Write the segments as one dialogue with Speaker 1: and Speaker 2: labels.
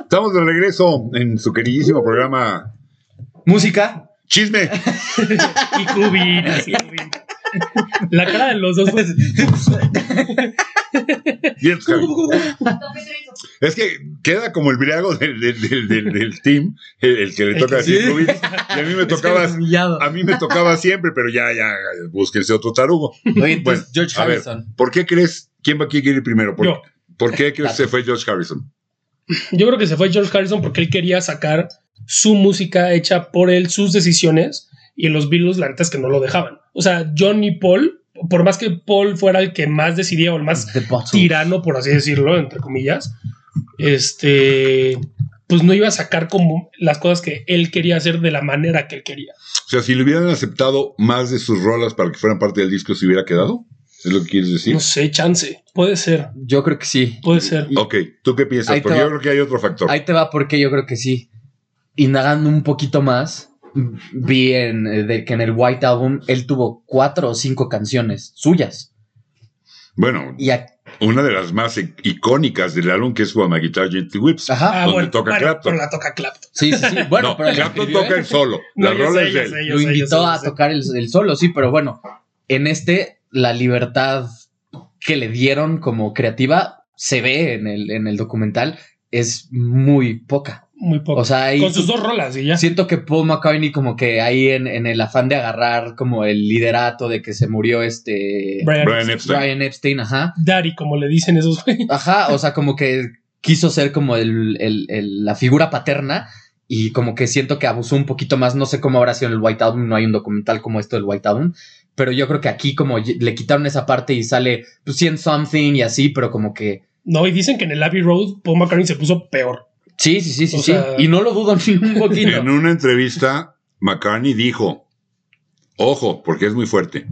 Speaker 1: Estamos de regreso en su queridísimo programa
Speaker 2: Música.
Speaker 1: Chisme.
Speaker 3: Y Cubin, así, güey. La cara de los dos fue.
Speaker 1: Bien, Javi. Es que queda como el virago del, del, del, del- del team, el, el que le toca
Speaker 2: que sí.
Speaker 1: decir Rubí. Y a mí me tocaba,
Speaker 3: Es humillado.
Speaker 1: a mí me tocaba siempre, pero ya, ya, búsquense otro tarugo.
Speaker 2: Oye, entonces,
Speaker 1: Bueno,
Speaker 2: George
Speaker 1: a ver.
Speaker 2: Harrison.
Speaker 1: ¿Por qué crees? ¿Quién va quién quiere ir primero? ¿Por,
Speaker 3: Yo.
Speaker 1: ¿por qué crees que se fue George Harrison?
Speaker 3: Yo creo que se fue George Harrison porque él quería sacar su música hecha por él, sus decisiones, y los Beatles, la neta es que no lo dejaban. O sea, John y Paul, por más que Paul fuera el que más decidía o el más
Speaker 2: The Beatles.
Speaker 3: tirano, por así decirlo, entre comillas, este, pues no iba a sacar como las cosas que él quería hacer de la manera que él quería.
Speaker 1: O sea, si le hubieran aceptado más de sus rolas para que fueran parte del disco, ¿se hubiera quedado? ¿Es lo que quieres decir?
Speaker 3: No sé, chance, puede ser,
Speaker 2: Yo creo que sí.
Speaker 3: puede ser.
Speaker 1: Ok, ¿tú qué piensas?
Speaker 2: Ahí te
Speaker 1: Porque
Speaker 2: va.
Speaker 1: yo creo que hay otro factor.
Speaker 2: Ahí te va porque yo creo que sí. Indagando un poquito más, vi en, eh, de que en el White Album él tuvo cuatro o cinco canciones suyas.
Speaker 1: Bueno,
Speaker 2: Y a-
Speaker 1: una de las más i- icónicas del álbum que es Guama Guitar Gently Whips.
Speaker 2: ajá.
Speaker 1: Ah, donde toca Clapton.
Speaker 3: pero la toca Clapton.
Speaker 2: Sí, sí, sí. Bueno,
Speaker 1: no,
Speaker 2: pero él
Speaker 1: Clapton
Speaker 2: escribió,
Speaker 1: toca
Speaker 2: ¿eh?
Speaker 1: el solo.
Speaker 3: No,
Speaker 1: La
Speaker 3: yo
Speaker 1: rola
Speaker 3: sé,
Speaker 1: es
Speaker 3: yo
Speaker 1: de él.
Speaker 3: sé, yo
Speaker 2: lo
Speaker 3: sé, yo
Speaker 2: invitó
Speaker 3: sé, yo
Speaker 2: a
Speaker 3: sé.
Speaker 2: tocar el, el solo, sí, pero bueno, en este la libertad que le dieron como creativa se ve en el, en el documental, es muy poca.
Speaker 3: Muy poco.
Speaker 2: O sea, ahí
Speaker 3: Con sus dos rolas y ya.
Speaker 2: siento que Paul McCartney como que ahí en, en el afán de agarrar como el liderato de que se murió este
Speaker 3: Brian
Speaker 1: Brian Epstein.
Speaker 2: Brian Epstein, ajá.
Speaker 3: Daddy, como le dicen esos güey.
Speaker 2: Ajá, o sea, como que quiso ser como el, el- el- la figura paterna y como que siento que abusó un poquito más, no sé cómo habrá sido en el White Album, no hay un documental como esto del White Album, pero yo creo que aquí como ye- le quitaron esa parte y sale, pues sí, en Something y así, pero como que...
Speaker 3: No, y dicen que en el Abbey Road Paul McCartney se puso peor.
Speaker 2: Sí, sí, sí, sí,
Speaker 3: O
Speaker 2: sí.
Speaker 3: sea-
Speaker 2: y no lo dudo ni un poquito.
Speaker 1: En una entrevista, McCartney dijo, ojo, porque es muy fuerte.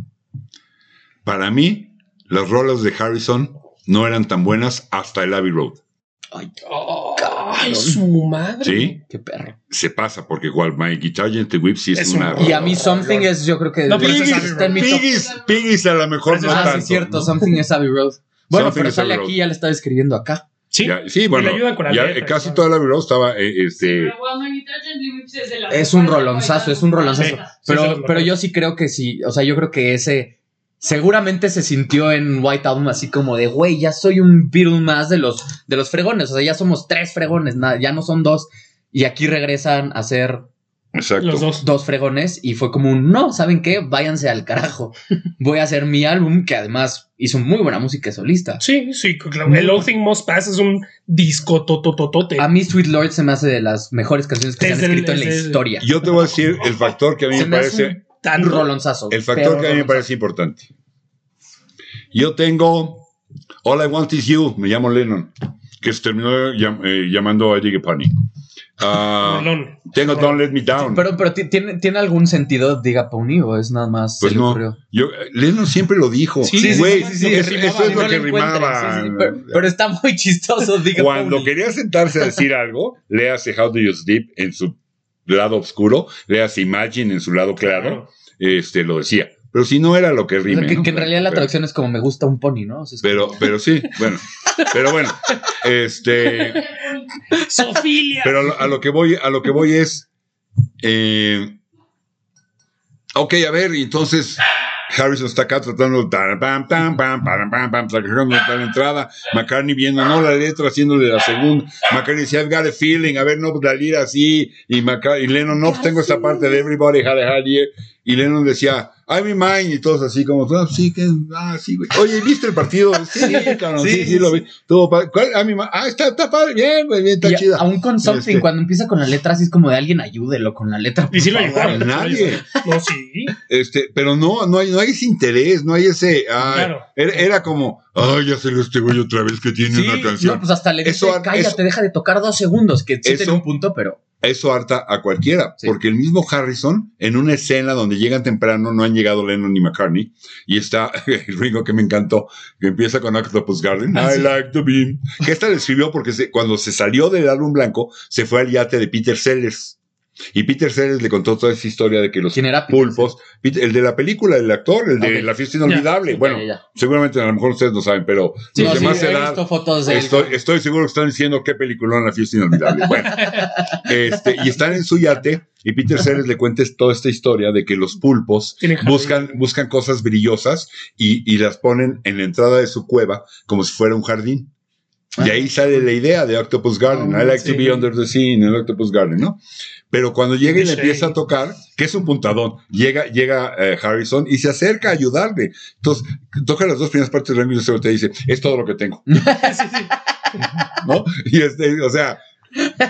Speaker 1: Para mí, las rolas de Harrison no eran tan buenas hasta el Abbey Road.
Speaker 2: Ay,
Speaker 3: Ay, su madre.
Speaker 1: ¿Sí?
Speaker 2: qué perro.
Speaker 1: Se pasa, porque igual My Guitar Gently Whips sí es,
Speaker 3: Es
Speaker 1: una...
Speaker 3: un-
Speaker 2: Y a mí Something es, yo creo que...
Speaker 3: No, pero
Speaker 2: está
Speaker 3: ese es Abbey
Speaker 2: en mi top-
Speaker 1: Piggies, Piggies a lo mejor
Speaker 3: Pero
Speaker 1: no
Speaker 3: ese
Speaker 2: Ah, sí,
Speaker 1: tanto.
Speaker 2: es cierto,
Speaker 1: ¿no?
Speaker 2: Something es Abbey Road. Bueno,
Speaker 1: Something
Speaker 2: pero
Speaker 1: is Abbey
Speaker 2: sale
Speaker 1: Road.
Speaker 2: aquí, ya le está describiendo acá.
Speaker 3: Sí.
Speaker 1: Ya- sí, bueno,
Speaker 3: ayudan con la
Speaker 1: ya,
Speaker 3: letra,
Speaker 1: casi
Speaker 3: ¿no?
Speaker 1: toda la Abbey Road estaba eh, este,
Speaker 2: Es un rolonzazo, es un rolonzazo.
Speaker 3: Sí, se los
Speaker 2: Pero,
Speaker 3: marco.
Speaker 2: pero yo sí creo que sí, o sea, yo creo que ese seguramente se sintió en White Album así como de, güey, ya soy un Beatle más de los, de los fregones, o sea, ya somos tres fregones, na- ya no son dos. Y aquí regresan a ser
Speaker 1: exacto.
Speaker 3: Los dos.
Speaker 2: dos fregones y fue como un, no, ¿saben qué? Váyanse al carajo. Voy a hacer mi álbum que además hizo muy buena música solista.
Speaker 3: Sí, sí. claro. El All Thing Must Pass es un disco totototote.
Speaker 2: A mí Sweet Lord se me hace de las mejores canciones que se han
Speaker 3: Desde el-
Speaker 2: escrito en la
Speaker 3: desde-
Speaker 2: historia.
Speaker 1: Yo te voy a decir el factor que a mí
Speaker 2: Se
Speaker 1: me
Speaker 2: me hace un
Speaker 1: parece,
Speaker 3: Tan
Speaker 2: rolonzazo.
Speaker 1: el factor
Speaker 2: pero
Speaker 1: que a mí me
Speaker 2: rolonzazo.
Speaker 1: parece importante. Yo tengo All I Want Is You, me llamo Lennon, que se terminó llam- eh, llamando a Eddie Gepani. Ah,
Speaker 3: rolón.
Speaker 1: tengo Don't Let Me Down.
Speaker 2: Pero, pero ti- ¿tiene, ¿tiene algún sentido, diga Pony, o es nada más.
Speaker 1: Pues
Speaker 2: se le
Speaker 1: no.
Speaker 2: ocurrió?
Speaker 1: Yo- eh, Lennon siempre lo dijo.
Speaker 3: Sí, sí, sí,
Speaker 1: Güey,
Speaker 3: sí, sí, sí,
Speaker 1: es-
Speaker 3: rimaba,
Speaker 1: eso es
Speaker 3: no
Speaker 1: lo que
Speaker 2: le encuentran,
Speaker 1: rimaba.
Speaker 2: sí, sí, pero, pero está muy chistoso, diga
Speaker 1: Cuando
Speaker 2: Pony.
Speaker 1: quería sentarse a decir algo, le hace How Do You Sleep en su lado oscuro, le hace Imagine en su lado claro, este lo decía. Pero si no era lo que
Speaker 2: O sea,
Speaker 1: rime.
Speaker 2: que,
Speaker 1: ¿no?
Speaker 2: que en realidad la
Speaker 1: Pero-
Speaker 2: traducción es como me gusta un pony, ¿no? O sea, es como-
Speaker 1: Pero, pero sí, bueno. Pero bueno, este.
Speaker 3: Sofilia.
Speaker 1: Pero a lo, a lo que voy, a lo que voy es. eh, ok, a ver, y entonces. Harrison está acá tratando de tar- pam, pam, pam, param, pam, pam, tratando de dar la entrada. McCartney viendo, no, la letra, haciéndole la segunda. McCartney decía, I've got a feeling, a ver, no, la lira así. Y, McCartney, y Lennon, no, pues, tengo esa parte de Everybody Had a Hard Year. Y Lennon decía, I'm in mine. Y todos así como, ah, sí, que, ah, sí, güey. Oye, ¿viste el partido? Sí, cabrón, sí, sí,
Speaker 2: Sí, sí,
Speaker 1: lo vi. Estuvo padre. ¿Cuál? I'm in mine. Ah, está, está padre, bien, güey, bien, está
Speaker 2: Y
Speaker 1: chida.
Speaker 2: aún con something,
Speaker 1: Este-
Speaker 2: cuando empieza con la letra, así es como de alguien ayúdelo con la letra.
Speaker 3: Y sí lo
Speaker 2: por favor".
Speaker 3: ayudaron.
Speaker 1: Nadie.
Speaker 3: No, sí.
Speaker 1: Este, pero no, no hay, no hay ese interés, no hay ese. ah,
Speaker 3: Claro.
Speaker 1: era, era como, ay, ya se lo este güey otra vez que tiene
Speaker 2: Sí,
Speaker 1: una
Speaker 2: no,
Speaker 1: canción.
Speaker 2: pues hasta le dice,
Speaker 1: Eso-
Speaker 2: cállate,
Speaker 1: eso-
Speaker 2: deja de tocar dos segundos, que sí
Speaker 1: Eso-
Speaker 2: tenía un punto, pero
Speaker 1: Eso harta a cualquiera,
Speaker 2: Sí.
Speaker 1: porque el mismo Harrison, en una escena donde llegan temprano, no han llegado Lennon ni McCartney, y está el Ringo que me encantó, que empieza con Octopus Garden,
Speaker 2: Ah,
Speaker 1: I
Speaker 2: sí.
Speaker 1: like to be. Que esta la escribió porque se- cuando se salió del álbum blanco, se fue al yate de Peter Sellers. Y Peter Sellers le contó toda esa historia de que los
Speaker 2: ¿Quién era? Peter
Speaker 1: pulpos, Peter- el de la película, el actor, el de
Speaker 2: Ok.
Speaker 1: La fiesta inolvidable,
Speaker 2: Sellers?
Speaker 1: bueno,
Speaker 2: Ya, ya.
Speaker 1: seguramente a lo mejor ustedes no saben, pero
Speaker 2: Sí,
Speaker 1: los
Speaker 2: no,
Speaker 1: de
Speaker 2: sí,
Speaker 1: más
Speaker 2: he
Speaker 1: edad
Speaker 2: visto fotos de él.
Speaker 1: Estoy, estoy seguro que están diciendo qué peliculón la fiesta inolvidable. Bueno, este, y están en su yate y Peter Sellers le cuenta toda esta historia de que los pulpos
Speaker 3: Tienen jardín.
Speaker 1: buscan, buscan cosas brillosas y, y las ponen en la entrada de su cueva como si fuera un jardín. Y
Speaker 3: Ah.
Speaker 1: ahí sale la idea de Octopus Garden. I like to be under the sea in an Octopus Garden, ¿no? Pero cuando llega y le empieza a tocar, que es un puntadón, llega, llega eh, Harrison y se acerca a ayudarle. Entonces, toca las dos primeras partes del ángulo y se voltea y dice, es todo lo que tengo.
Speaker 3: Sí, sí.
Speaker 1: ¿no? Y este, o sea,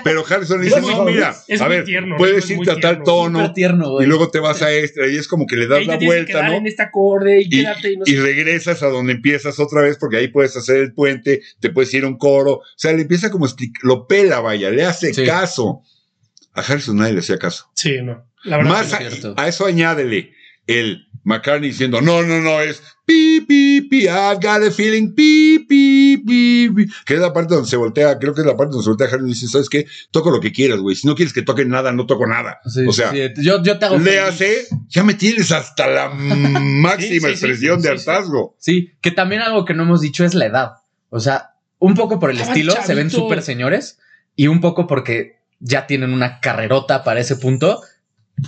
Speaker 1: pero Harrison le
Speaker 3: Es
Speaker 1: dice,
Speaker 3: muy-
Speaker 1: no, mira,
Speaker 3: es
Speaker 1: a
Speaker 3: muy
Speaker 1: ver,
Speaker 3: tierno,
Speaker 1: puedes
Speaker 3: es muy
Speaker 1: irte a tal
Speaker 3: tierno.
Speaker 1: tono
Speaker 2: Súper tierno,
Speaker 1: y
Speaker 2: güey.
Speaker 1: luego te vas a extra y es como que le das
Speaker 3: Ahí te
Speaker 1: la
Speaker 3: tienes que
Speaker 1: vuelta,
Speaker 3: quedar
Speaker 1: ¿no?
Speaker 3: en este acorde y,
Speaker 1: Y,
Speaker 3: quédate y no
Speaker 1: y
Speaker 3: sé.
Speaker 1: regresas a donde empiezas otra vez porque ahí puedes hacer el puente, te puedes ir a un coro, o sea, le empieza como a expli- lo pela, vaya, le hace
Speaker 2: Sí.
Speaker 1: caso. A Harrison nadie le hacía caso.
Speaker 3: Sí, no. La verdad
Speaker 1: Más
Speaker 2: es
Speaker 1: a, eh,
Speaker 2: cierto.
Speaker 1: a eso añádele el McCartney diciendo, no, no, no, es pi, pi, pi, I've got a feeling, pi, pi, pi, pi", que es la parte donde se voltea, creo que es la parte donde se voltea Harrison y dice, ¿sabes qué? Toco lo que quieras, güey, si no quieres que toque nada, no toco nada.
Speaker 2: Sí,
Speaker 1: o sea,
Speaker 2: sí, yo, yo te hago
Speaker 1: Le
Speaker 2: feliz.
Speaker 1: hace, ya me tienes hasta la máxima
Speaker 3: sí, sí,
Speaker 1: expresión
Speaker 3: sí,
Speaker 1: de
Speaker 3: sí, sí.
Speaker 1: hartazgo.
Speaker 2: Sí, que también algo que no hemos dicho es la edad. O sea, un poco por el
Speaker 3: Estaban
Speaker 2: estilo, se ven
Speaker 3: chavitos.
Speaker 2: súper señores, y un poco porque ya tienen una carrerota para ese punto.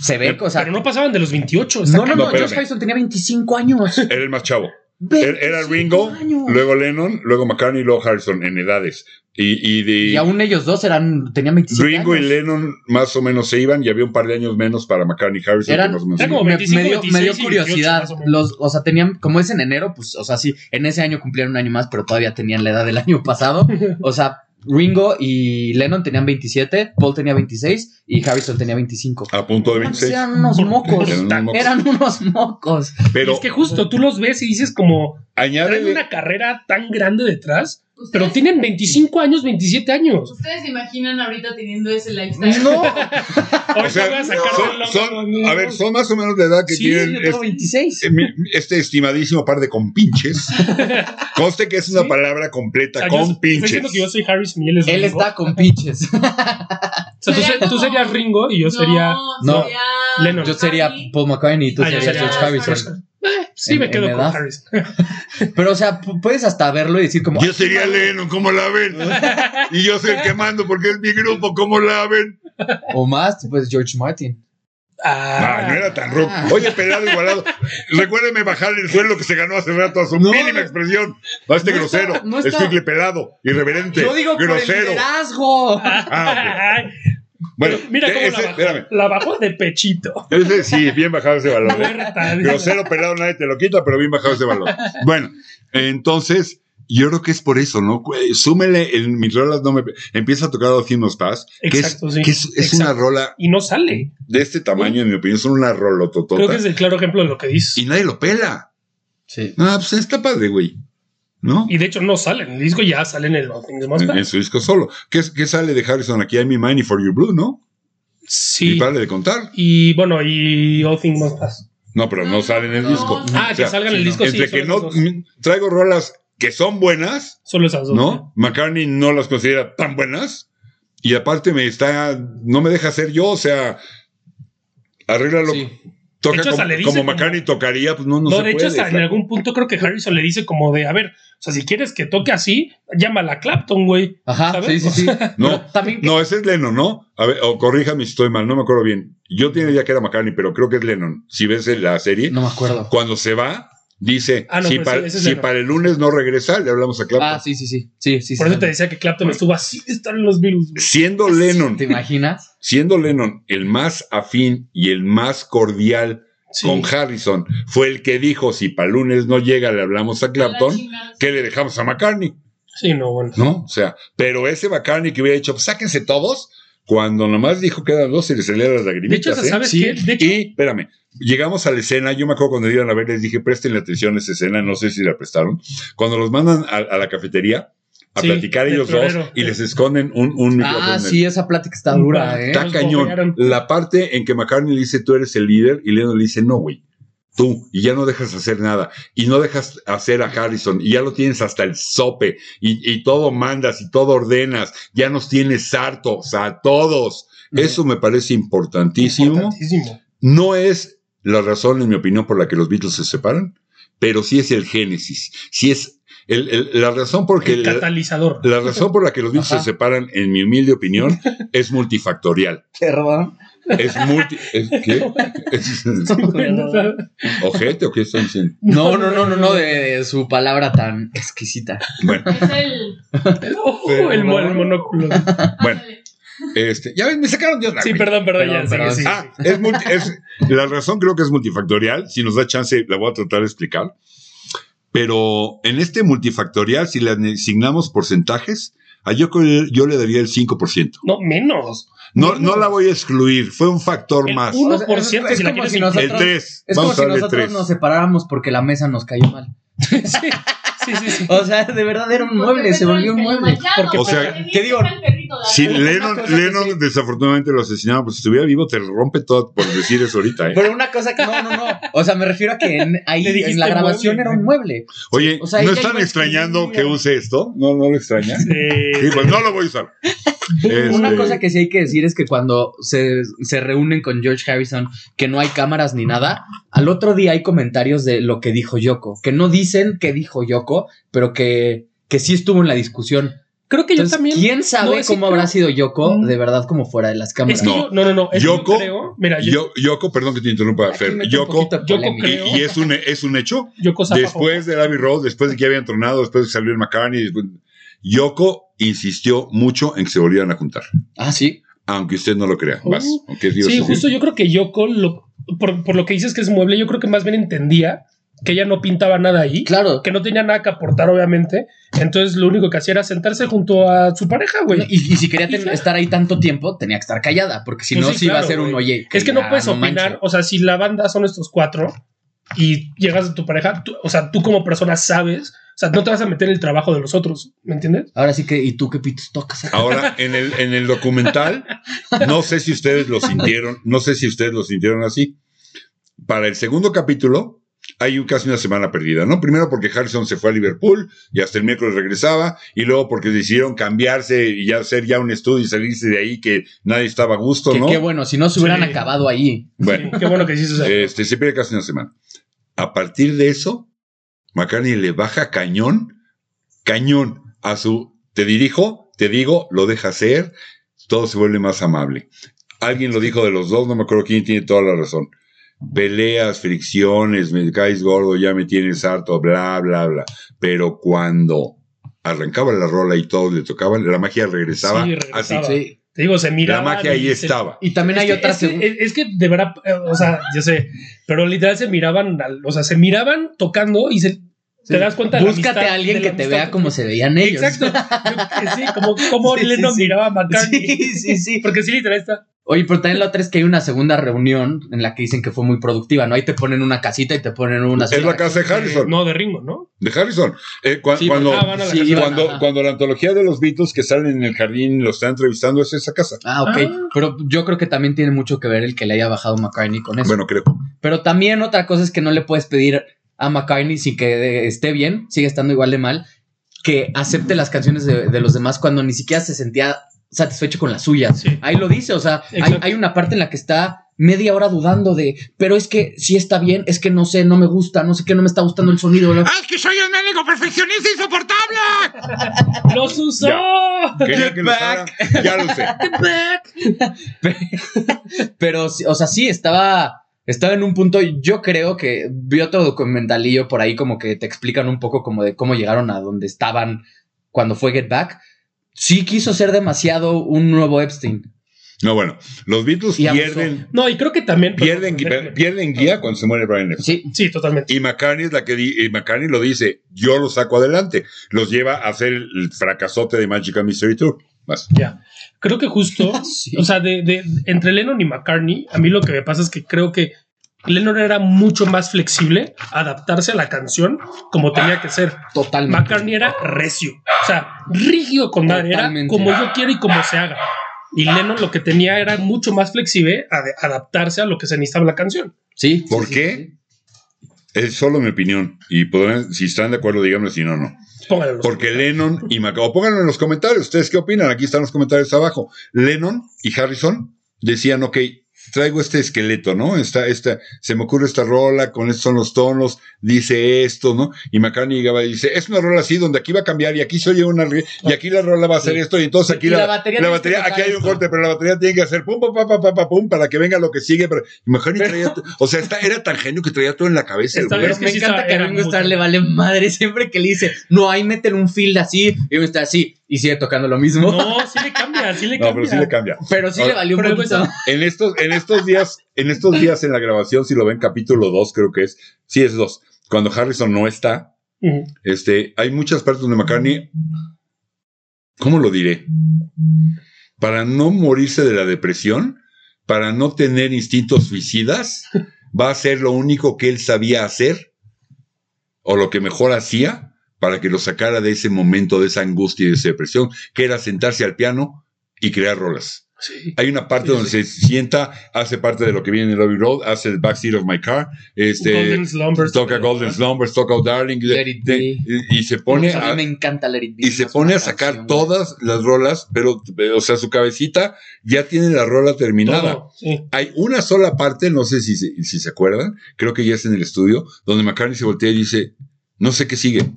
Speaker 2: Se ve,
Speaker 1: Pero-
Speaker 2: o sea,
Speaker 3: Pero no pasaban de los 28. está
Speaker 2: no,
Speaker 1: No,
Speaker 2: no, no, George
Speaker 1: espérame.
Speaker 2: Harrison tenía 25 años.
Speaker 1: Era el más chavo. Era-
Speaker 2: 25
Speaker 1: Era Ringo,
Speaker 2: años.
Speaker 1: luego Lennon, luego McCartney y luego Harrison en edades. Y, y de
Speaker 2: y aún ellos dos eran, tenían 25
Speaker 1: Ringo y
Speaker 2: años.
Speaker 1: Lennon más o menos se iban y había un par de años menos para McCartney y Harrison.
Speaker 2: Eran-
Speaker 1: que más o menos
Speaker 3: era
Speaker 1: se
Speaker 3: como
Speaker 1: iban.
Speaker 2: me,
Speaker 3: 25,
Speaker 2: me dio, me
Speaker 3: 26
Speaker 2: dio
Speaker 3: y 28,
Speaker 2: curiosidad.
Speaker 3: más o menos.
Speaker 2: los, o sea, tenían, como es en enero, pues, o sea, sí, en ese año cumplieron un año más, pero todavía tenían la edad del año pasado. O sea, Ringo y Lennon tenían 27, Paul tenía 26 y Harrison tenía 25.
Speaker 1: a punto de 26.
Speaker 2: Eran unos mocos.
Speaker 1: Eran unos mocos.
Speaker 2: Eran unos mocos.
Speaker 1: Pero
Speaker 3: es que justo tú los ves y dices como, traen
Speaker 1: añádele,
Speaker 3: una carrera tan grande detrás,
Speaker 4: ¿Ustedes,
Speaker 3: pero tienen 25 años, 27 años.
Speaker 4: ¿Ustedes se imaginan ahorita teniendo ese lifestyle?
Speaker 1: o sea,
Speaker 3: voy a sacar el
Speaker 1: son,
Speaker 3: logo,
Speaker 1: son-
Speaker 3: ¿no?
Speaker 1: a ver, son más o menos la edad que
Speaker 2: Sí,
Speaker 1: tienen
Speaker 2: yo tengo
Speaker 1: este,
Speaker 2: 26.
Speaker 1: este estimadísimo par de compinches. Conste que es una
Speaker 3: Sí.
Speaker 1: palabra
Speaker 3: O sea,
Speaker 1: completa,
Speaker 3: yo- Estoy
Speaker 1: compinches.
Speaker 3: diciendo que yo soy Harrison y él es
Speaker 2: Él
Speaker 3: Ringo.
Speaker 2: está con pinches.
Speaker 3: O sea, tú, se- tú serías Ringo y yo sería...
Speaker 2: no,
Speaker 4: sería
Speaker 3: Lennon.
Speaker 2: Yo sería
Speaker 4: Harry.
Speaker 2: Paul McCartney y tú
Speaker 3: Ah, yo
Speaker 2: serías
Speaker 3: sería
Speaker 2: George Harrison.
Speaker 3: Harrison. Eh, sí,
Speaker 2: En-
Speaker 3: me quedo
Speaker 2: en
Speaker 3: con
Speaker 2: edad.
Speaker 3: Harrison.
Speaker 2: Pero, o sea, pu- puedes hasta verlo y decir como...
Speaker 1: Yo sería Lennon, ¿cómo la ven? Y yo soy el que mando porque es mi grupo, ¿cómo la ven?
Speaker 2: O más, pues George Martin.
Speaker 3: Ah,
Speaker 1: Ah, no era tan rock. Oye, pelado igualado. Recuérdeme bajar el suelo que se ganó hace rato a su
Speaker 2: No.
Speaker 1: mínima expresión. No este
Speaker 2: No está-
Speaker 1: grosero,
Speaker 2: no está.
Speaker 1: escuincle pelado, irreverente,
Speaker 2: Yo digo por el
Speaker 1: grosero.
Speaker 2: liderazgo.
Speaker 1: Ah,
Speaker 3: Ay,
Speaker 1: ok. Bueno, e-
Speaker 3: pero mira cómo
Speaker 1: ese-
Speaker 3: la bajó.
Speaker 1: espérame.
Speaker 3: La bajó de pechito.
Speaker 1: Ese sí, bien bajado ese valor.
Speaker 3: Muerta, dice.
Speaker 1: Grosero, pelado, nadie te lo quita, pero bien bajado ese valor. Bueno, entonces, yo creo que es por eso, ¿no? Cu- Súmele, en mis rolas no me... Empieza a tocar los himnos paz, que es,
Speaker 3: Exacto, sí.
Speaker 1: que es, es una
Speaker 3: Exacto.
Speaker 1: rola
Speaker 3: Y no sale.
Speaker 1: de este tamaño, en mi opinión, son una rolototota.
Speaker 3: Creo que es el claro ejemplo de lo que dice.
Speaker 1: Y nadie lo pela.
Speaker 2: Sí.
Speaker 1: Ah, pues está padre, güey. ¿No?
Speaker 3: Y de hecho no sale. En el disco ya sale en el Nothing is Más
Speaker 1: En,
Speaker 3: Bad.
Speaker 1: en su disco solo. ¿Qué, es- qué sale de Harrison aquí? I'm in Money for You Blue, ¿no?
Speaker 3: Sí.
Speaker 1: Y para de contar.
Speaker 3: Y bueno, y All Things Must Pass.
Speaker 1: No, pero no sale en el
Speaker 4: No.
Speaker 1: disco.
Speaker 3: Ah,
Speaker 1: O sea,
Speaker 3: que salga en el
Speaker 2: sí,
Speaker 3: disco. sí,
Speaker 1: Entre
Speaker 3: solo
Speaker 1: que no
Speaker 3: esas dos.
Speaker 1: mm, traigo rolas que son buenas,
Speaker 3: Solo esas dos.
Speaker 1: ¿no? McCartney no las considera tan buenas. Y aparte me está. No me deja ser yo, o sea. Arréglalo. Toca
Speaker 3: De hecho, hasta
Speaker 1: como,
Speaker 3: le dice
Speaker 1: como
Speaker 3: como-
Speaker 1: McCartney tocaría, pues no, no,
Speaker 3: No,
Speaker 1: se
Speaker 3: de hecho,
Speaker 1: puede.
Speaker 3: hasta en
Speaker 1: flaco.
Speaker 3: algún punto creo que Harrison le dice como de, a ver, o sea, si quieres que toque así, llámala a Clapton, güey.
Speaker 2: Ajá, sí,
Speaker 3: ¿Sabes?
Speaker 2: sí, sí.
Speaker 1: No,
Speaker 2: Pero también
Speaker 1: no, ese es Lennon, ¿no? A ver, o corríjame si estoy mal, no me acuerdo bien. Yo tenía ya que era McCartney, pero creo que es Lennon. Si ves la serie,
Speaker 2: No me acuerdo.
Speaker 1: cuando se va, dice,
Speaker 3: Ah, no,
Speaker 1: si,
Speaker 3: pero
Speaker 1: para,
Speaker 3: sí, ese es
Speaker 1: si
Speaker 3: Lennon.
Speaker 1: para el lunes no regresa, le hablamos a Clapton.
Speaker 2: Ah, sí, sí, sí. Sí, sí,
Speaker 3: Por
Speaker 2: sí.
Speaker 3: eso te decía que Clapton estuvo así de estar en los virus. güey.
Speaker 1: Siendo Lennon,
Speaker 2: ¿Te imaginas?
Speaker 1: siendo Lennon el más afín y el más cordial
Speaker 3: Sí.
Speaker 1: con Harrison, fue el que dijo, si para el lunes no llega, le hablamos a Clapton, que le dejamos a McCartney,
Speaker 3: Sí, no, bueno.
Speaker 1: ¿no? O sea, pero ese McCartney que hubiera dicho, "Pues, sáquense todos, cuando nomás dijo que eran dos, se le salían las
Speaker 3: De
Speaker 1: lagrimitas.
Speaker 3: hecho, hasta
Speaker 1: ¿eh?
Speaker 3: ¿sabes
Speaker 2: Sí.
Speaker 3: qué? De hecho,
Speaker 1: Y, espérame, llegamos a la escena, yo me acuerdo cuando iban a ver, les dije, prestenle atención a esa escena, no sé si la prestaron. Cuando los mandan a, a la cafetería a
Speaker 3: Sí,
Speaker 1: platicar
Speaker 3: del
Speaker 1: ellos dos
Speaker 3: florero.
Speaker 1: y les esconden un, un micrófono.
Speaker 2: Ah, sí, esa plática está dura, ¿eh?
Speaker 1: Está
Speaker 3: Los
Speaker 1: cañón.
Speaker 3: golpearon.
Speaker 1: La parte en que McCartney le dice, tú eres el líder, y Lennon le dice, no, güey. Tú, y ya no dejas hacer nada, y no dejas hacer a Harrison, y ya lo tienes hasta el sope, y, y todo mandas, y todo ordenas, ya nos tienes hartos a todos. Eso me parece importantísimo.
Speaker 3: Importantísimo.
Speaker 1: No es la razón, en mi opinión, por la que los Beatles se separan, pero sí es el génesis. Sí es el- el- la razón por que
Speaker 3: El
Speaker 1: la,
Speaker 3: catalizador.
Speaker 1: la razón por la que los Beatles
Speaker 2: Ajá.
Speaker 1: se separan, en mi humilde opinión, es multifactorial.
Speaker 2: Te robaron.
Speaker 1: Es multi. es- ¿Qué? Es- ¿Ojete o qué están diciendo?
Speaker 2: No, no, no, no, no, de, de su palabra tan exquisita.
Speaker 1: Bueno,
Speaker 4: Es el.
Speaker 3: El ojo,
Speaker 1: Pero-
Speaker 3: el, mo- el monóculo.
Speaker 1: Bueno.
Speaker 4: ándale.
Speaker 1: este, ya ven, me sacaron de onda,
Speaker 3: Sí,
Speaker 1: güey.
Speaker 3: perdón, perdón,
Speaker 2: Perdón,
Speaker 3: ya, sigue,
Speaker 2: perdón.
Speaker 3: sí,
Speaker 1: Ah,
Speaker 3: sí.
Speaker 1: es multi- es- la razón creo que es multifactorial. Si nos da chance, la voy a tratar de explicar. Pero en este multifactorial, si le asignamos porcentajes, a yo, yo le daría el 5%.
Speaker 3: No, menos.
Speaker 1: No, no la voy a excluir, fue un factor
Speaker 3: El
Speaker 1: más.
Speaker 3: 1%
Speaker 2: O sea, es
Speaker 3: si la
Speaker 2: como
Speaker 3: quieres
Speaker 2: si nos-
Speaker 1: El 3,
Speaker 2: Es
Speaker 1: vamos a
Speaker 2: como si
Speaker 1: darle
Speaker 2: nosotros
Speaker 1: 3.
Speaker 2: nos separáramos porque la mesa nos cayó mal.
Speaker 3: sí, sí, sí, sí.
Speaker 2: O sea, de verdad era un mueble, se volvió un mueble.
Speaker 1: Porque- O sea,
Speaker 4: ¿qué
Speaker 2: ¿qué
Speaker 4: digo?
Speaker 2: digo?
Speaker 1: Si
Speaker 2: Una
Speaker 1: Lennon,
Speaker 2: cosa que
Speaker 1: Lennon
Speaker 2: sí.
Speaker 1: desafortunadamente lo asesinaron, pues si estuviera vivo te rompe todo por decir eso ahorita. ¿eh?
Speaker 2: Pero una cosa que no, no, no. O sea, me refiero a que en- ahí
Speaker 3: Le dijiste
Speaker 2: en la grabación
Speaker 3: mueble.
Speaker 2: era un mueble.
Speaker 1: Oye,
Speaker 2: o sea,
Speaker 1: ¿no
Speaker 2: ella
Speaker 1: están
Speaker 2: iba a
Speaker 1: extrañando
Speaker 2: escribir.
Speaker 1: que use esto? No, no lo extrañan.
Speaker 3: Sí.
Speaker 1: Sí, pues no lo voy a usar.
Speaker 2: Una
Speaker 1: Este-
Speaker 2: cosa que sí hay que decir es que cuando se, se reúnen con George Harrison, que no hay cámaras ni nada, al otro día hay comentarios de lo que dijo Yoko, que no dicen que dijo Yoko, pero que, que sí estuvo en la discusión.
Speaker 3: Creo que
Speaker 2: Entonces,
Speaker 3: yo también.
Speaker 2: ¿Quién sabe
Speaker 3: No, sí
Speaker 2: cómo
Speaker 3: creo-
Speaker 2: habrá sido Yoko
Speaker 3: Mm.
Speaker 2: de verdad como fuera de las
Speaker 3: Es
Speaker 2: cámaras?
Speaker 3: que
Speaker 1: No.
Speaker 3: yo- no, no, no. es que yo
Speaker 1: Yoko-
Speaker 3: creo. Mira, yo,
Speaker 1: Yo, Yoko, perdón que te interrumpa,
Speaker 2: Aquí
Speaker 1: Fer.
Speaker 2: mete un
Speaker 1: Yoko,
Speaker 2: poquito de
Speaker 3: Yoko
Speaker 2: polémica.
Speaker 3: creo-
Speaker 1: y, y es, un, es un hecho.
Speaker 3: Yoko Zappa-
Speaker 1: Después del Abbey Road, después de que habían tronado, después de que salió el McCartney, después- Yoko insistió mucho en que se volvieran a juntar.
Speaker 2: Ah, sí.
Speaker 1: Aunque usted no lo crea. Vas,
Speaker 3: Uh,
Speaker 1: aunque Dios
Speaker 3: Sí,
Speaker 1: te
Speaker 3: justo yo creo que Yoko, lo- por, por lo que dices que es mueble, yo creo que más bien entendía que ella no pintaba nada ahí.
Speaker 2: Claro.
Speaker 3: Que no tenía nada que aportar, obviamente. Entonces, lo único que hacía era sentarse junto a su pareja, güey.
Speaker 2: No, Y, y si quería
Speaker 3: Y
Speaker 2: ten-
Speaker 3: claro.
Speaker 2: estar ahí tanto tiempo, tenía que estar callada, porque si
Speaker 3: Pues
Speaker 2: no,
Speaker 3: sí,
Speaker 2: sí iba a
Speaker 3: claro,
Speaker 2: ser un
Speaker 3: güey.
Speaker 2: oye.
Speaker 3: Es que no
Speaker 2: ya,
Speaker 3: puedes opinar,
Speaker 2: manches.
Speaker 3: o sea, si la banda son estos cuatro y llegas a tu pareja, tú- o sea, tú como persona sabes, o sea, no te vas a meter en el trabajo de los otros, ¿me entiendes?
Speaker 2: Ahora sí que, ¿y tú qué pitos tocas?
Speaker 1: Ahora, en el, en el documental, no sé si ustedes lo sintieron, no sé si ustedes lo sintieron así. Para el segundo capítulo, hay un- casi una semana perdida, ¿no? Primero porque Harrison se fue a Liverpool y hasta el miércoles regresaba, y luego porque decidieron cambiarse y ya hacer ya un estudio y salirse de ahí que nadie estaba a gusto,
Speaker 2: Que
Speaker 1: ¿no?
Speaker 2: qué bueno, si no se hubieran
Speaker 3: Sí.
Speaker 2: acabado ahí.
Speaker 1: Bueno,
Speaker 3: Sí, qué bueno que sí sucede.
Speaker 1: este, se pierde casi una semana. A partir de eso, McCartney le baja cañón, cañón a su te dirijo, te digo, lo deja hacer, todo se vuelve más amable. Alguien lo dijo de los dos, no me acuerdo quién tiene toda la razón. Peleas, fricciones, me caes gordo, ya me tienes harto, bla, bla, bla. Pero cuando arrancaba la rola y todos le tocaban, la magia regresaba,
Speaker 3: Sí, regresaba.
Speaker 1: así.
Speaker 2: Sí.
Speaker 3: Te digo, se mira.
Speaker 1: La magia ahí estaba.
Speaker 2: Y también hay
Speaker 3: es que-
Speaker 2: otra
Speaker 3: es que,
Speaker 2: segunda.
Speaker 3: es, es que de verdad, eh, o sea, yo sé, pero literal se miraban, al- o sea, se miraban tocando y se, te das cuenta de la
Speaker 2: Búscate
Speaker 3: amistad-
Speaker 2: a alguien
Speaker 3: de la
Speaker 2: que te
Speaker 3: amistad.
Speaker 2: vea como se veían ellos.
Speaker 3: Exacto. Yo- eh, sí, como, como
Speaker 2: Sí, sí,
Speaker 3: Lennon
Speaker 2: sí.
Speaker 3: miraba a McCartney.
Speaker 2: Sí, sí, sí.
Speaker 3: Porque sí, literal está.
Speaker 2: Oye, pero también la otra es que hay una segunda reunión en la que dicen que fue muy productiva, ¿no? Ahí te ponen una casita y te ponen una
Speaker 1: Es la casa de Harrison.
Speaker 3: No, de Ringo, ¿no?
Speaker 1: De Harrison. Eh, cua-
Speaker 2: Sí,
Speaker 1: cuando,
Speaker 3: ah, van a la
Speaker 2: Sí,
Speaker 3: casa.
Speaker 2: iban,
Speaker 1: cuando,
Speaker 2: ajá.
Speaker 1: cuando la antología de los Beatles que salen en el jardín lo están entrevistando es esa casa.
Speaker 2: Ah, ok.
Speaker 3: Ah.
Speaker 2: Pero yo creo que también tiene mucho que ver el que le haya bajado McCartney con eso.
Speaker 1: Bueno, creo.
Speaker 2: Pero también otra cosa es que no le puedes pedir a McCartney si que eh, esté bien, sigue estando igual de mal, que acepte las canciones de, de los demás cuando ni siquiera se sentía satisfecho con las suyas.
Speaker 3: Sí.
Speaker 2: Ahí lo dice, o sea, hay,
Speaker 3: Exacto.
Speaker 2: hay una parte en la que está media hora dudando de, pero es que si está bien, es que no sé, no me gusta, no sé qué, no me está gustando el sonido. ¿no?
Speaker 1: ¡Ay, que soy un médico perfeccionista insoportable!
Speaker 3: ¡Los usó!
Speaker 1: Quería que lo usara. Ya lo sé.
Speaker 2: Pero, sí, o sea, sí, estaba... Estaba en un punto, yo creo que vi otro documentalillo por ahí como que te explican un poco como de cómo llegaron a donde estaban cuando fue Get Back. Sí quiso ser demasiado un nuevo Epstein.
Speaker 1: No, bueno, los Beatles
Speaker 2: Y abusó.
Speaker 1: pierden,
Speaker 3: No, y creo que también. pues,
Speaker 1: pierden,
Speaker 3: Déjame.
Speaker 1: pierden guía cuando se muere Brian Epstein.
Speaker 2: Sí,
Speaker 3: Sí, totalmente.
Speaker 1: Y McCartney, es la que di- y McCartney lo dice, yo lo saco adelante. Los lleva a hacer el fracasote de Magical Mystery Tour. Más.
Speaker 3: Ya. Creo que justo.
Speaker 2: Sí.
Speaker 3: O sea, de, de- entre Lennon y McCartney, a mí lo que me pasa es que creo que Lennon era mucho más flexible a adaptarse a la canción como tenía que ser.
Speaker 2: totalmente.
Speaker 3: McCartney era recio. O sea, rígido con madre. Era
Speaker 2: Totalmente.
Speaker 3: como yo quiero y como se haga. Y Lennon lo que tenía era mucho más flexible a de- adaptarse a lo que se necesitaba la canción.
Speaker 2: Sí.
Speaker 1: ¿Por
Speaker 2: sí, sí,
Speaker 1: qué?
Speaker 2: sí.
Speaker 1: Es solo mi opinión. Y podrán, si están de acuerdo, díganme si no, no.
Speaker 3: Pónganlo.
Speaker 1: Porque Lennon y McCartney, o pónganlo en los comentarios, ¿ustedes qué opinan? Aquí están los comentarios abajo. Lennon y Harrison decían, ok, traigo este esqueleto, ¿no? Esta, esta, se me ocurre esta rola, con estos son los tonos, dice esto, ¿no? Y McCartney llegaba y dice, es una rola así, donde aquí va a cambiar, y aquí se oye una, ri- y aquí la rola va a hacer
Speaker 2: Sí.
Speaker 1: esto, y entonces aquí
Speaker 2: Y
Speaker 1: la,
Speaker 2: la batería
Speaker 1: la
Speaker 2: tiene
Speaker 1: batería-
Speaker 2: que tocar
Speaker 1: aquí hay un
Speaker 2: esto.
Speaker 1: corte, pero la batería tiene que hacer pum, pum, pa, pa, pa, pa, pum, para que venga lo que sigue, pero McCartney
Speaker 2: Pero-
Speaker 1: traía, t- o sea, está- era tan genio que traía todo en la cabeza. el
Speaker 3: Está-
Speaker 1: güey.
Speaker 2: Pero
Speaker 3: es que
Speaker 2: me
Speaker 3: sí
Speaker 2: encanta
Speaker 3: sabe,
Speaker 2: que a
Speaker 3: era
Speaker 2: Ringo
Speaker 3: muy
Speaker 2: Starr
Speaker 3: bueno.
Speaker 2: le vale madre siempre que le dice, no, ahí meten un field así, y me está así, y sigue tocando lo mismo.
Speaker 3: No, sí le cambia, sí le
Speaker 1: No,
Speaker 3: cambia.
Speaker 1: pero sí le cambia.
Speaker 2: Pero sí le
Speaker 1: Ahora,
Speaker 2: valió un
Speaker 3: pero
Speaker 2: poquito.
Speaker 3: pues,
Speaker 1: En estos, en estos días, en estos días en la grabación, si lo ven capítulo 2, creo que es, sí es 2, cuando Harrison no está,
Speaker 3: Ujú.
Speaker 1: este, hay muchas partes donde McCartney, ¿cómo lo diré? Para no morirse de la depresión, para no tener instintos suicidas, va a ser lo único que él sabía hacer, o lo que mejor hacía, para que lo sacara de ese momento, de esa angustia y de esa depresión, que era sentarse al piano y crear rolas.
Speaker 3: Sí.
Speaker 1: Hay una parte
Speaker 3: Sí,
Speaker 1: donde se sienta, hace parte de lo que viene en Lobby Road, hace el backseat of my car, este,
Speaker 3: Golden Slumbers.
Speaker 1: toca Golden Slumbers, toca Oh Darling,
Speaker 2: Let It
Speaker 1: de-
Speaker 2: Be.
Speaker 1: y, y se pone
Speaker 2: Pues a,
Speaker 1: a,
Speaker 2: mí me encanta Let It Be,
Speaker 1: y se
Speaker 2: es
Speaker 1: pone
Speaker 2: una
Speaker 1: a sacar
Speaker 2: canción, güey.
Speaker 1: todas las rolas, pero, o sea, su cabecita ya tiene la rola terminada.
Speaker 3: Todo, sí.
Speaker 1: Hay una sola parte, no sé si, se- si se acuerdan, creo que ya es en el estudio, donde McCartney se voltea y dice, no sé qué sigue,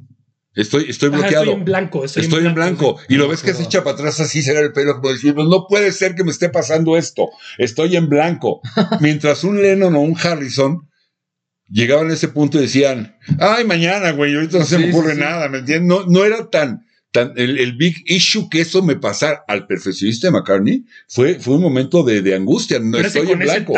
Speaker 1: estoy, estoy
Speaker 3: Ajá,
Speaker 1: bloqueado.
Speaker 3: estoy en blanco. Estoy,
Speaker 1: Estoy en blanco. Y lo ves que se echa para atrás así, se ve el pelo como diciendo, no puede ser que me esté pasando esto. Estoy en blanco. Mientras un Lennon o un Harrison llegaban a ese punto y decían, ay, mañana, güey, ahorita no se me
Speaker 2: Sí,
Speaker 1: ocurre
Speaker 2: sí, sí.
Speaker 1: nada, ¿me entiendes? No, no era tan, tan el, el big issue que eso me pasara al perfeccionista de McCartney fue, fue un momento de, de angustia. No
Speaker 3: Pero ese
Speaker 1: estoy en
Speaker 3: con ese
Speaker 1: blanco.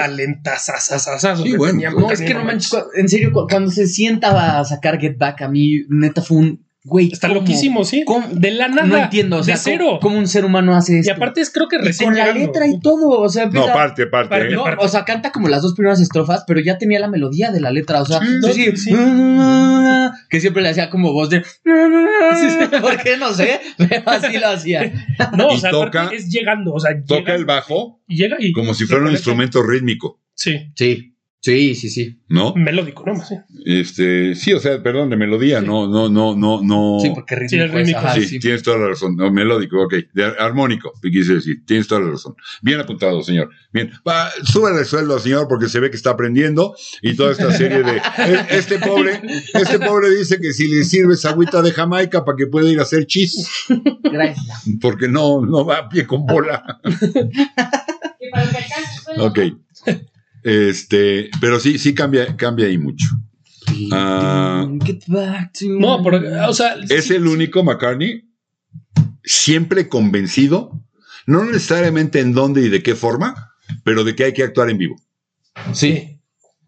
Speaker 3: talentazazazazazo
Speaker 1: Sí,
Speaker 3: que
Speaker 1: bueno,
Speaker 3: tenía
Speaker 1: pues,
Speaker 2: No, es que
Speaker 3: Macarena,
Speaker 2: no manches, cu- en serio, cu- cuando se sienta a sacar Get Back, a mí neta fue un, güey,
Speaker 3: Está
Speaker 2: ¿cómo?
Speaker 3: loquísimo, sí.
Speaker 2: ¿Cómo?
Speaker 3: De la nada.
Speaker 2: No entiendo, o sea,
Speaker 3: de cero.
Speaker 2: ¿cómo, cómo un ser humano hace
Speaker 3: Y
Speaker 2: esto?
Speaker 3: aparte es creo que
Speaker 2: Y
Speaker 3: recién
Speaker 2: con la
Speaker 3: llegando.
Speaker 2: letra y todo, o sea,
Speaker 1: No,
Speaker 2: empieza-
Speaker 1: parte, parte.
Speaker 3: Parte,
Speaker 1: ¿eh?
Speaker 2: No,
Speaker 3: aparte.
Speaker 2: o sea, canta como las dos primeras estrofas, pero ya tenía la melodía de la letra, o sea,
Speaker 1: Sí,
Speaker 2: sí,
Speaker 3: no, sí.
Speaker 2: que siempre le hacía como voz de ¿Por qué no sé? Pero así lo hacía.
Speaker 3: No,
Speaker 1: Y
Speaker 3: o sea, aparte
Speaker 1: toca-
Speaker 3: es llegando, o sea,
Speaker 1: Toca
Speaker 3: llega,
Speaker 1: el bajo
Speaker 3: y llega y
Speaker 1: como si fuera un instrumento rítmico,
Speaker 3: sí,
Speaker 2: Sí. Sí, sí, sí.
Speaker 1: ¿no?
Speaker 3: melódico, ¿no? Sí.
Speaker 2: Mm.
Speaker 1: Este, sí, o sea, perdón, de melodía,
Speaker 3: Sí.
Speaker 1: no, no, no, no, no.
Speaker 2: Sí, porque
Speaker 3: Sí, el
Speaker 2: rítmico es,
Speaker 3: rítmico,
Speaker 2: ajá,
Speaker 1: sí,
Speaker 2: sí.
Speaker 1: tienes toda la razón. No, melódico, ok. De ar- armónico, te quise decir. Tienes toda la razón. Bien apuntado, señor. Bien. Va, súbele el sueldo, señor, porque se ve que está aprendiendo. Y toda esta serie de. e- Este pobre, este pobre dice que si le sirves agüita de Jamaica para que pueda ir a hacer chis,
Speaker 2: Gracias.
Speaker 1: porque no, no va a pie con bola.
Speaker 4: Que para que alcance suelo.
Speaker 1: Ok. Este, pero sí, sí cambia, cambia ahí mucho. Ah.
Speaker 2: Get back to
Speaker 3: No, pero, o sea,
Speaker 1: Es
Speaker 3: sí,
Speaker 1: el único McCartney siempre convencido, no necesariamente en dónde y de qué forma, pero de que hay que actuar en vivo.
Speaker 2: Sí.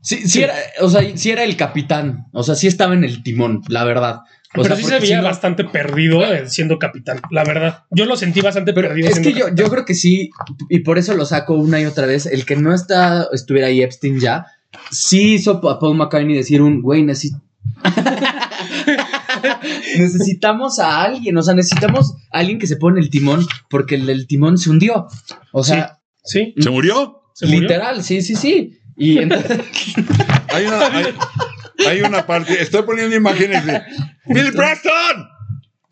Speaker 2: Sí, sí, era, o sea, sí era el capitán. O sea, sí estaba en el timón, la verdad. O
Speaker 3: pero
Speaker 2: sea,
Speaker 3: sí se
Speaker 2: porque
Speaker 3: veía
Speaker 2: si no-
Speaker 3: bastante perdido eh, siendo capitán, la verdad. Yo lo sentí bastante
Speaker 2: Pero
Speaker 3: perdido.
Speaker 2: es
Speaker 3: siendo
Speaker 2: que yo, yo creo que sí, y por eso lo saco una y otra vez. El que no está, estuviera ahí Epstein ya, sí hizo a Paul McCartney decir un güey, necesi- necesitamos a alguien, o sea, necesitamos a alguien que se pone el timón, porque el del timón se hundió. O sea,
Speaker 3: capitán. Sí,
Speaker 1: ¿Se murió?
Speaker 3: se murió.
Speaker 2: literal, sí, sí, sí. Y entonces,
Speaker 1: Hay una, hay, hay una parte, estoy poniendo imágenes de Bill Preston.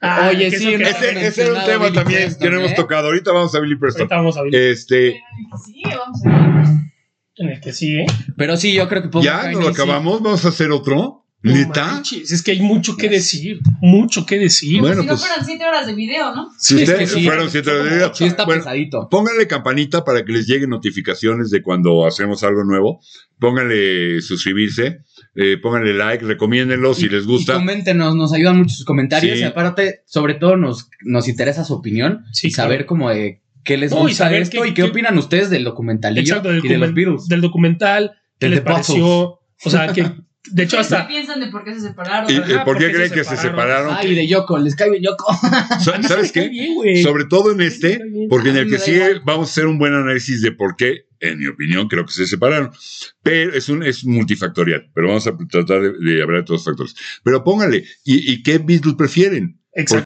Speaker 3: Ah,
Speaker 2: Oye,
Speaker 3: que
Speaker 2: sí,
Speaker 3: eso que-
Speaker 2: no,
Speaker 3: ahorita
Speaker 1: Ese, ese era un
Speaker 2: mencionado
Speaker 1: tema
Speaker 2: Billy
Speaker 1: también
Speaker 2: Preston,
Speaker 1: que no hemos
Speaker 2: ¿eh?
Speaker 1: tocado. Ahorita vamos a Billy Preston.
Speaker 3: vamos a ver
Speaker 1: Este,
Speaker 4: Sí, vamos a ver.
Speaker 3: en el que sigue.
Speaker 2: pero sí, yo creo que Paul
Speaker 1: ya nos lo
Speaker 2: McCartney sí.
Speaker 1: acabamos, vamos a hacer otro.
Speaker 3: No
Speaker 1: ¿Neta?
Speaker 3: manches, es que hay mucho que decir, mucho que decir.
Speaker 1: Bueno,
Speaker 4: si no
Speaker 1: pues
Speaker 4: fueran siete horas de video, ¿no?
Speaker 1: si
Speaker 2: es que
Speaker 1: ustedes
Speaker 2: sí.
Speaker 1: fueron siete de vida,
Speaker 2: Sí está
Speaker 1: bueno,
Speaker 2: pesadito.
Speaker 1: Pónganle campanita para que les lleguen notificaciones de cuando hacemos algo nuevo. Pónganle suscribirse, eh, pónganle like, recomiéndenlo si
Speaker 2: Y-
Speaker 1: les
Speaker 2: Y
Speaker 1: gusta.
Speaker 2: coméntenos, nos ayudan mucho sus comentarios.
Speaker 1: Sí.
Speaker 2: Y aparte, sobre todo, nos, nos interesa su opinión
Speaker 3: Sí,
Speaker 2: y saber como de qué les
Speaker 3: No, y
Speaker 2: gusta
Speaker 3: saber
Speaker 2: esto
Speaker 3: qué-
Speaker 2: y qué
Speaker 3: qué-
Speaker 2: opinan ustedes del documentalillo
Speaker 3: Exacto, del,
Speaker 2: y de los
Speaker 3: documen-
Speaker 2: virus.
Speaker 3: del documental, qué
Speaker 2: Del
Speaker 3: les
Speaker 2: The Puzzles.
Speaker 3: pareció. O sea, que de hecho
Speaker 4: ¿Qué
Speaker 3: hasta
Speaker 4: piensan de por qué se separaron?
Speaker 1: ¿Y
Speaker 3: Ajá,
Speaker 1: eh, por qué
Speaker 3: porque
Speaker 1: creen
Speaker 3: se
Speaker 1: que se
Speaker 3: separaron.
Speaker 1: separaron?
Speaker 2: Ay, de Yoko, les cae bien Yoko.
Speaker 1: Sa- ¿Sabes
Speaker 3: Está
Speaker 1: qué?
Speaker 3: bien, güey.
Speaker 1: Sobre todo en este,
Speaker 3: Está bien.
Speaker 1: porque en
Speaker 2: Ay,
Speaker 1: el
Speaker 2: me
Speaker 1: que
Speaker 2: da
Speaker 1: sigue
Speaker 2: igual.
Speaker 1: vamos a hacer un buen análisis de por qué, en mi opinión, creo que se separaron. Pero es un es multifactorial, pero vamos a tratar de, de hablar de todos los factores. Pero pónganle, ¿y, y qué Beatles prefieren?
Speaker 3: Exacto.